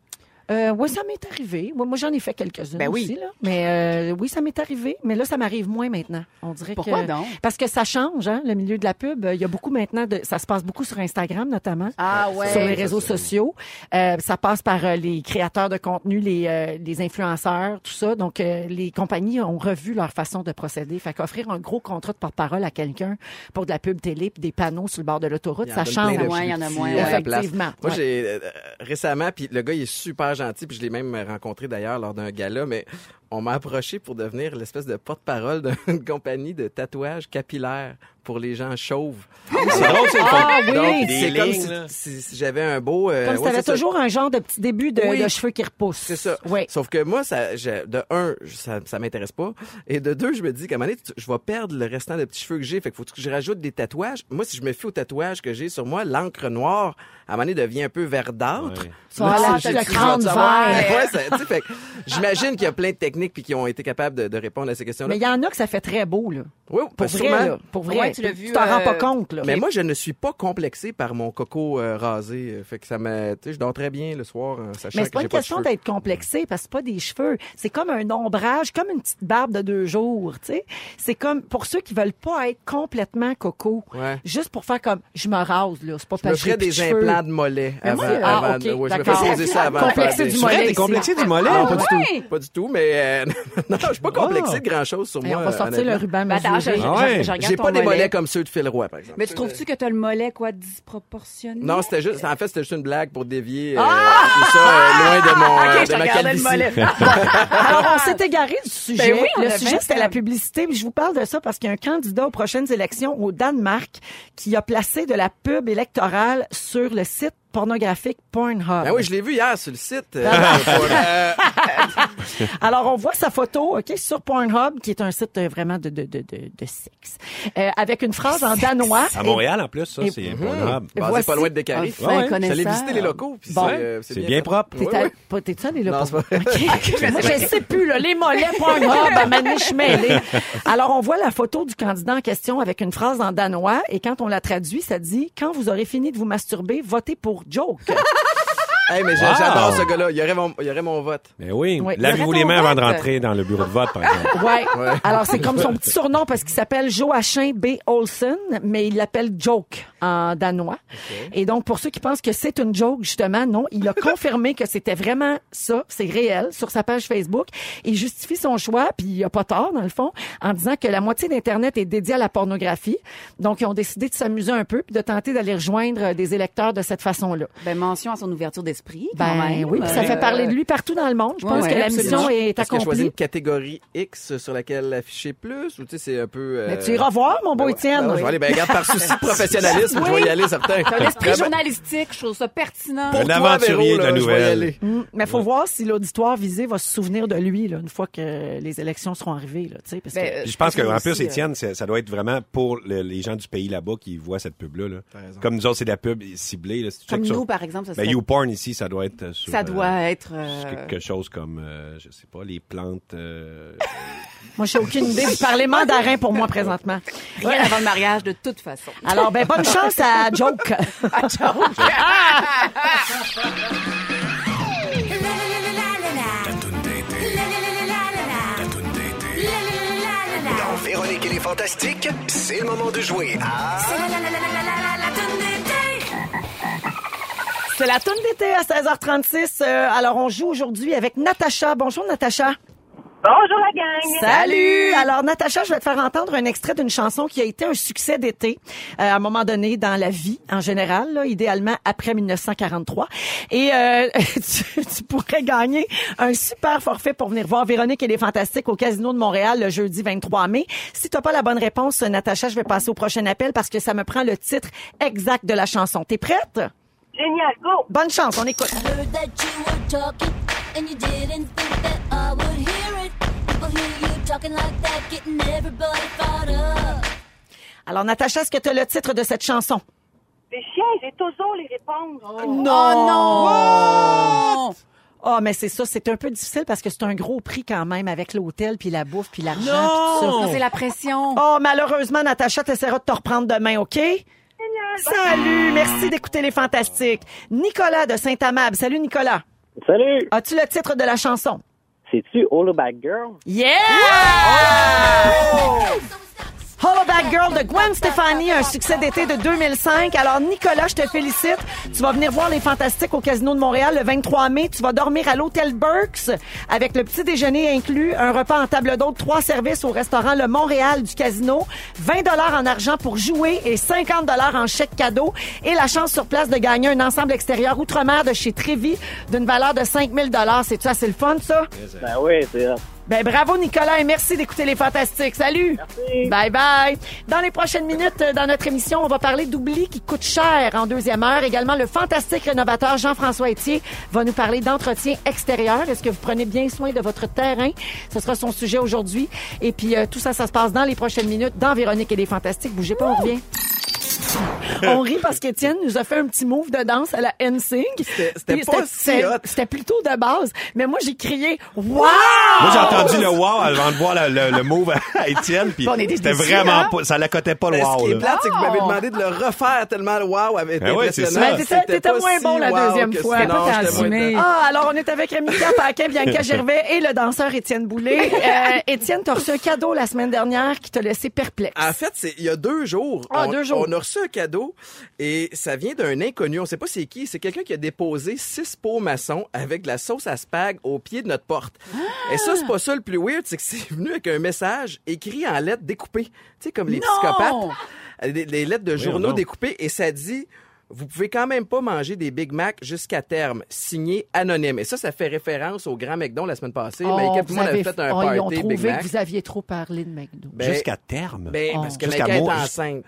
Euh, oui, ça m'est arrivé. Moi, moi, j'en ai fait quelques-unes Ben oui. aussi. Là. Mais euh, oui, ça m'est arrivé. Mais là, ça m'arrive moins maintenant. On dirait Pourquoi que... donc? Parce que ça change, hein, le milieu de la pub. Il y a beaucoup maintenant... De... Ça se passe beaucoup sur Instagram, notamment. Ah ouais. Sur les réseaux sociaux. Euh, ça passe par euh, les créateurs de contenu, les, euh, les influenceurs, tout ça. Donc, euh, les compagnies ont revu leur façon de procéder. Fait qu'offrir un gros contrat de porte-parole à quelqu'un pour de la pub télé puis des panneaux sur le bord de l'autoroute, Il y ça en donne change. plein de Ouais, il y en a plus moins, petits à ouais. la place. Effectivement, Moi, ouais. j'ai euh, euh, récemment, puis le gars, il est super gentil, puis je l'ai même rencontré d'ailleurs lors d'un gala, mais on m'a approché pour devenir l'espèce de porte-parole d'une compagnie de tatouage capillaire pour les gens chauves. C'est drôle, c'est le fond. Ah oui! Donc, Des c'est comme lignes, si, là. si- si j'avais un beau... euh, Comme si ouais, t'avais c'est ça. toujours un genre de petit début de, Oui. de cheveux qui repoussent. C'est ça. Oui. Sauf que moi, ça, j'ai- de un, je- ça, ça m'intéresse pas. Et de deux, je me dis qu'à un moment donné, tu- je vais perdre le restant de petits cheveux que j'ai. Fait que faut que je rajoute des tatouages. Moi, si je me fie aux tatouages que j'ai sur moi, l'encre noire, à un moment donné, devient un peu verdâtre. Ouais. Tu vas Là, avoir c'est- le j'ai- tu crâne vas avoir- vert. Ouais, ça- tu sais, fait que j'imagine qu'il y a plein de techniques puis qui ont été capables de, de répondre à ces questions-là. Mais il y en a que ça fait très beau, là. Oui, Pour pas vrai, Ben, sûrement. là. Pour vrai. Ouais, tu l'as vu, t'en rends euh, pas compte, là. Mais moi, je ne suis pas complexé par mon coco euh, rasé. Euh, Fait que ça me, tu sais, je dors très bien le soir, en sachant Mais c'est que pas j'ai une pas de question cheveux. d'être complexé parce que c'est pas des cheveux. C'est comme un ombrage, comme une petite barbe de deux jours, tu sais. C'est comme pour ceux qui veulent pas être complètement coco. Ouais. Juste pour faire comme je me rase, là. C'est pas Je me parce que j'ai plus ferais des de cheveux. implants de mollet Mais avant, moi, euh, avant ah, de- ok, ouais, je me d'accord. fais poser ça avant de Complexé faire des- du C'est vrai, mollet, t'es c'est- complexé du mollet? hein? Ah, pas du tout. Pas du tout, mais euh, non, je suis pas complexé de grand-chose sur Et moi. Ah. on va sortir le honnêtement. ruban Ben, attends, je, mesuré. je- Ah ouais. je- je regarde J'ai ton pas des mollet. mollets comme ceux de Phil Roy, par exemple. Mais tu trouves-tu que t'as le mollet, quoi, disproportionné? Non, c'était juste, en fait, c'était juste une blague pour dévier euh, Ah! tout ça euh, loin de mon, Ah, euh, ok, je de ma regardais le calvitie. mollet. Ah, Alors, on s'est égaré du sujet. Ben oui, on le a sujet, bien c'était fait. la publicité. Puis je vous parle de ça parce qu'il y a un candidat aux prochaines élections au Danemark qui a placé de la pub électorale sur le site pornographique Pornhub. Ben oui, je l'ai vu hier sur le site. euh, Ah. euh, Alors, on voit sa photo, OK, sur Pornhub, qui est un site euh, vraiment de, de, de, de, de sexe, Euh, avec une phrase en danois. Ah, À Montréal, en plus, ça, Et- Mhm. c'est Pornhub. basé Voici pas loin de Décarie. un fin Je suis allé connaisseur. visiter les locaux. puis Bon. c'est, euh, C'est bien fait. propre. T'es Oui, allé- oui. pas- T'es-tu allé là? Non, pour- c'est pas- Ok. Moi, je sais plus, là, les mollets, Pornhub, à ma niche mêlée. Alors, on voit la photo du candidat en question avec une phrase en danois, et quand on la traduit, ça dit « Quand vous aurez fini de vous masturber, votez pour Joke ». Hey, mais j'ai- Wow. j'adore ce gars-là. Il y aurait mon, il y aurait mon vote. Mais oui. Oui. Lavez-vous Le les mains avant de restaurant. rentrer dans le bureau de vote, par exemple. Ouais. Alors, c'est comme son petit surnom parce qu'il s'appelle Joachim B. Olsen, mais il l'appelle Joke en danois. Et donc, pour ceux qui pensent que c'est une joke, justement, non, il a confirmé que c'était vraiment ça, c'est réel, sur sa page Facebook. Il justifie son choix, puis il a pas tort, dans le fond, en disant que la moitié d'Internet est dédiée à la pornographie. Donc, ils ont décidé de s'amuser un peu, puis de tenter d'aller rejoindre euh, des électeurs de cette façon-là. Ben, mention à son ouverture d'esprit, quand Ben même. oui, puis ça Euh, fait parler de lui partout dans le monde. Je Ouais, pense ouais, que la absolument. mission est Est-ce qu'il a choisi accomplie. une catégorie X sur laquelle afficher plus? Ou tu sais, c'est un peu... euh, Mais tu iras voir, mon beau Ben ouais, Étienne. ben ouais, je vais aller, ben, regarde, par souci de professionnalisme, je vais y aller, certain. T'as l'esprit Vraiment. journalistique, je trouve ça pertinent. Pour- Toi, aventurier Véro, de la là, je vais y nouvelle. aller. Mm, mais faut voir si l'auditoire visé va se souvenir de lui là, une fois que les élections seront arrivées. Là, tu sais, parce que... Ben, euh, Puis je pense Parce que qu'en aussi, plus, euh, Étienne, c'est- ça doit être vraiment pour le- les gens du pays là-bas qui voient cette pub-là. là. Comme nous autres, c'est de la pub ciblée. Là. Si tu Comme checkes sur- nous, par exemple, ça Ben, serait- YouPorn ici, ça doit être euh, sur, Ça euh, doit être... sur euh, quelque chose comme, euh, je sais pas, les plantes. euh, Moi, j'ai aucune idée. Vous parlez mandarin pour moi présentement. Rien avant le mariage, de toute façon. Alors, ben, bonne chance à Joke. Dans Véronique et les Fantastiques, c'est le moment de jouer à... C'est la tourne d'été à 16h36. Euh, alors, on joue aujourd'hui avec Natacha. Bonjour, Natacha. Bonjour la gang. Salut! Alors, Natacha, je vais te faire entendre un extrait d'une chanson qui a été un succès d'été, euh, à un moment donné, dans la vie, en général, là, idéalement après 1943. Et euh, tu, tu pourrais gagner un super forfait pour venir voir Véronique et les Fantastiques au Casino de Montréal le jeudi 23 mai. Si t'as pas la bonne réponse, Natacha, je vais passer au prochain appel parce que ça me prend le titre exact de la chanson. T'es prête? Génial, go. Bonne chance, on écoute. heard that you were talking, and you didn't think that I would hear it. People hear you talking like that, getting everybody fired up. Alors, Natacha, est-ce que t'as le titre de cette chanson? Les chiens, j'ai toujours les réponses. Oh non! Ah, mais c'est ça, c'est un peu difficile parce que c'est un gros prix quand même avec l'hôtel, puis la bouffe, puis l'argent, puis tout ça. Ça, C'est la pression. Oh, malheureusement, Natacha, t'essaieras de te reprendre demain, OK? Salut! Merci d'écouter les fantastiques. Nicolas de Saint-Amable. Salut, Nicolas. Salut! As-tu le titre de la chanson? C'est-tu All Back Girl? Yeah! Hollaback Girl de Gwen Stefani, un succès d'été de 2005. Alors, Nicolas, je te félicite. Tu vas venir voir les Fantastiques au Casino de Montréal le 23 mai. Tu vas dormir à l'Hôtel Burks avec le petit déjeuner inclus, un repas en table d'hôte, trois services au restaurant Le Montréal du Casino, 20 dollars en argent pour jouer et 50 dollars en chèque cadeau et la chance sur place de gagner un ensemble extérieur outre-mer de chez Trévi d'une valeur de 5000 dollars. C'est-tu assez le fun, ça? Ben oui, c'est Ben bravo Nicolas et merci d'écouter les fantastiques. Salut. Bye bye. Dans les prochaines minutes euh, dans notre émission, on va parler d'oubli qui coûte cher en deuxième heure. Également le fantastique rénovateur Jean-François Étier va nous parler d'entretien extérieur. Est-ce que vous prenez bien soin de votre terrain Ce sera son sujet aujourd'hui et puis euh, tout ça ça se passe dans les prochaines minutes dans Véronique et les fantastiques. Bougez pas, on revient. On rit parce qu'Étienne nous a fait un petit move de danse à la NSYNC. c'était Puis pas si hot. C'était plutôt de base, mais moi j'ai crié "Wow!" Moi, j'ai Ah! entendu le wow avant de voir le, le- le move à Étienne. Puis On était c'était déçus, vraiment hein? pas. Ça l'accotait pas le Mais wow. ce qui est là. plate, c'est que vous m'avez Ah. demandé de le refaire tellement le wow avait été Ben oui, c'est impressionnant. ça. Mais t'étais- C'était t'étais pas moins si bon la wow deuxième que fois. ça. Non, Pas j'étais moins assumé. dedans. Ah, alors on est avec Rémi Pierre Paquin, Bianca Gervais et le danseur Étienne Boulay. Euh, Étienne, t'as reçu un cadeau la semaine dernière qui t'a laissé perplexe. En fait, c'est il y a deux jours, Ah, on, deux jours. on a reçu un cadeau et ça vient d'un inconnu. On sait pas c'est qui. C'est quelqu'un qui a déposé six pots maçons avec de la sauce à spag au pied de notre porte. Ah! Et ça, c'est pas ça le plus weird, c'est que c'est venu avec un message écrit en lettres découpées. Tu sais, comme les psychopathes. Euh, Des, des lettres de journaux non. découpées et ça dit... Vous pouvez quand même pas manger des Big Mac jusqu'à terme, signé anonyme. Et ça, ça fait référence au Grand McDon la semaine passée. Oh, mais vous tout le monde avez- avait fait un oh, ils ont party trouvé Big Mac. que vous aviez trop parlé de McDo. Ben, Jusqu'à terme. ben, parce que Jusqu'à Maïka est mort. enceinte.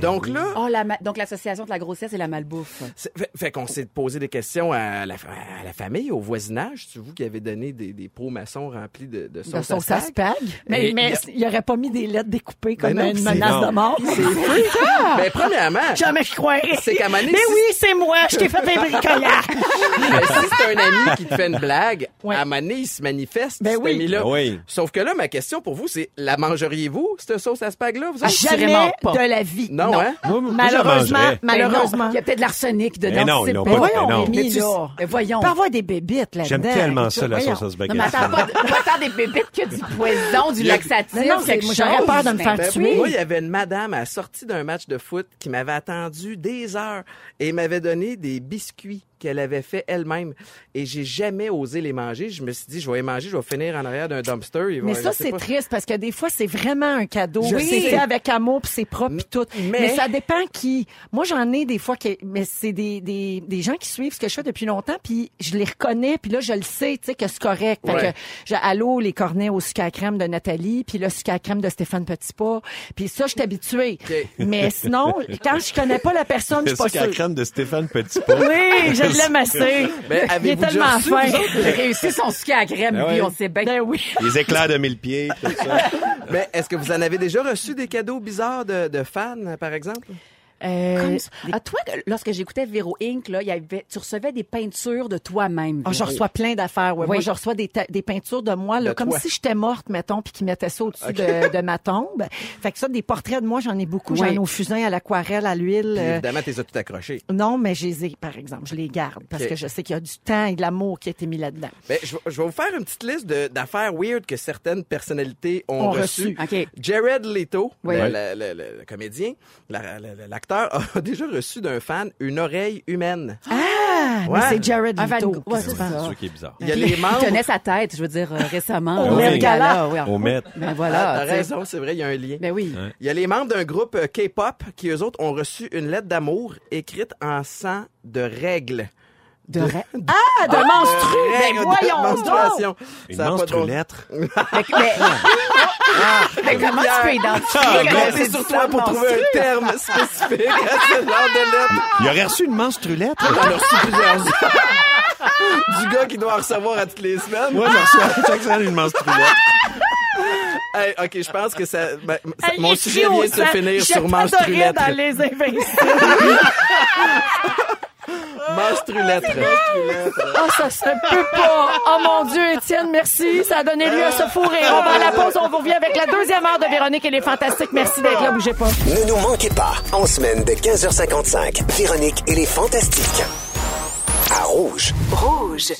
Donc là, Oh, la ma- Donc, l'association de la grossesse et la malbouffe. C'est- Fait, fait qu'on s'est posé des questions à la, fa- à la famille, au voisinage. Tu vous qui avez donné des, des pots maçons remplis de, de sauce, De sauce à spag. spag. Ben Mais, Et- mais il n'aurait pas mis des lettres découpées comme Ben non, une c'est menace non. de mort. Ben, premièrement, Jamais je croirais. C'est qu'à un moment donné, Mais si- oui, c'est moi, je t'ai fait un bricolage. ben, si c'est un ami qui te fait une blague, Ouais. à Mané, il se manifeste, Ben cet oui. ami-là. Ben oui. Sauf que là, ma question pour vous, c'est la mangeriez-vous, cette sauce à spag-là? vous autres? Jamais Assurément pas. de la vie. Non, hein? Moi, moi, je la Malheureusement, mangerais. malheureusement. Il y a peut-être de l'arsenic dedans. Mais non, tu sais ils l'ont Mais pas. voyons, Ben non. Rémi, Mais tu- là. Mais voyons. Il peut avoir des bébites là-dedans. J'aime tellement ça, la ben, Voyons. sauce à Non, mais spaghetti. attends, pas, pas tant des pépites que du poison, du laxatif, Mais non, c'est- quelque moi, chose. j'aurais peur de me Mais faire Ben, tuer. Moi, il y avait une madame à la sortie d'un match de foot qui m'avait attendu des heures et m'avait donné des biscuits qu'elle avait fait elle-même. Et j'ai jamais osé les manger. Je me suis dit, je vais les manger, je vais finir en arrière d'un dumpster. Ils vont- Mais ça, je sais c'est pas. triste parce que des fois, c'est vraiment un cadeau. Je C'est sais. fait avec amour, puis c'est propre, puis tout. Mais- Mais... ça dépend qui. Moi, j'en ai des fois, que... mais c'est des, des, des gens qui suivent ce que je fais depuis longtemps, puis je les reconnais, puis là, je le sais, tu sais, que c'est correct. Fait Ouais. que, je- allô, les cornets au sucre à crème de Nathalie, puis le sucre à crème de Stéphane Petitpas, puis ça, je suis habituée. OK. Mais sinon, quand je connais pas la personne, je Le suis pas sucre à sûre. crème de Stéphane Petitpas. Oui, je l'aime assez. Ben, Il est avez-vous déjà tellement reçu, fin. vous J'ai réussi son sucre à la crème, Ben lui, ouais. on sait bien. Ben oui. Les éclairs de mille pieds, tout ça. Mais est-ce que vous en avez déjà reçu des cadeaux bizarres de, de fans, par exemple? Euh, Comme ça. Ah, toi, lorsque j'écoutais Véro Inc, là, il y avait, tu recevais des peintures de toi-même. Ah, je Véro. reçois plein d'affaires. Ouais. Oui. Moi, je reçois des, ta- des peintures de moi, là, De comme toi. si j'étais morte, mettons, puis qu'ils mettaient ça au-dessus de, de ma tombe. Fait que ça, des portraits de moi, j'en ai beaucoup. J'en Oui. ai au fusain, à l'aquarelle, à l'huile. Puis, euh, évidemment, t'es tout accroché. non, mais je les ai, par exemple. Je les garde parce Ok. que je sais qu'il y a du temps et de l'amour qui a été mis là-dedans. Ben, je, vais- je vais vous faire une petite liste de- d'affaires weird que certaines personnalités ont Ont reçues. reçu. OK. Jared Leto, Oui. le, Ouais. la- le- le- le comédien, la- la- la- l'acteur, a déjà reçu d'un fan une oreille humaine. Ah, Ouais. mais c'est Jared Un Van Leto. Gogh. Ouais, Qu'est-ce que tu c'est penses? C'est sûr qui est bizarre. Il y a Puis, les il membres. tenait sa tête, je veux dire, euh, récemment. Au Met Gala. oui, en- Au Met. Ben Ah, voilà. T'as tu sais. raison, c'est vrai, il y a un lien. Ben oui. Hein? Il y a les membres d'un groupe euh, K-pop qui, eux autres, ont reçu une lettre d'amour écrite en sang de règles. De ra- Ah, de menstru! Mais voyons donc! menstruation. Une Ça a pas de drôle. menstrulettre. Fait que- Mais, Mais Ben, comment tu peux Ah, identifier que mais c'est Comptez sur ça, toi pour non? trouver un terme spécifique à ce genre de lettre. Il aurait reçu une menstrulettre. J'en ai reçu plusieurs. du gars qui doit en recevoir à toutes les semaines. Moi, j'en reçois à chaque semaine une menstrulettre. Hey, OK, je pense que ça, ben, ça- Hey, mon écrit sujet au vient de se sang. finir sur J'adorais menstrulettre. dans les invincibles. Menstrulettre. Ah, ça se peut pas. Oh mon Dieu, Étienne, merci. Ça a donné lieu à ce fou rire. On va à la pause. On vous revient avec la deuxième heure de Véronique. Elle est fantastique. Merci d'être là. Bougez pas. Ne nous manquez pas, en semaine de 15h55, Véronique et les Fantastiques. À Rouge. Rouge.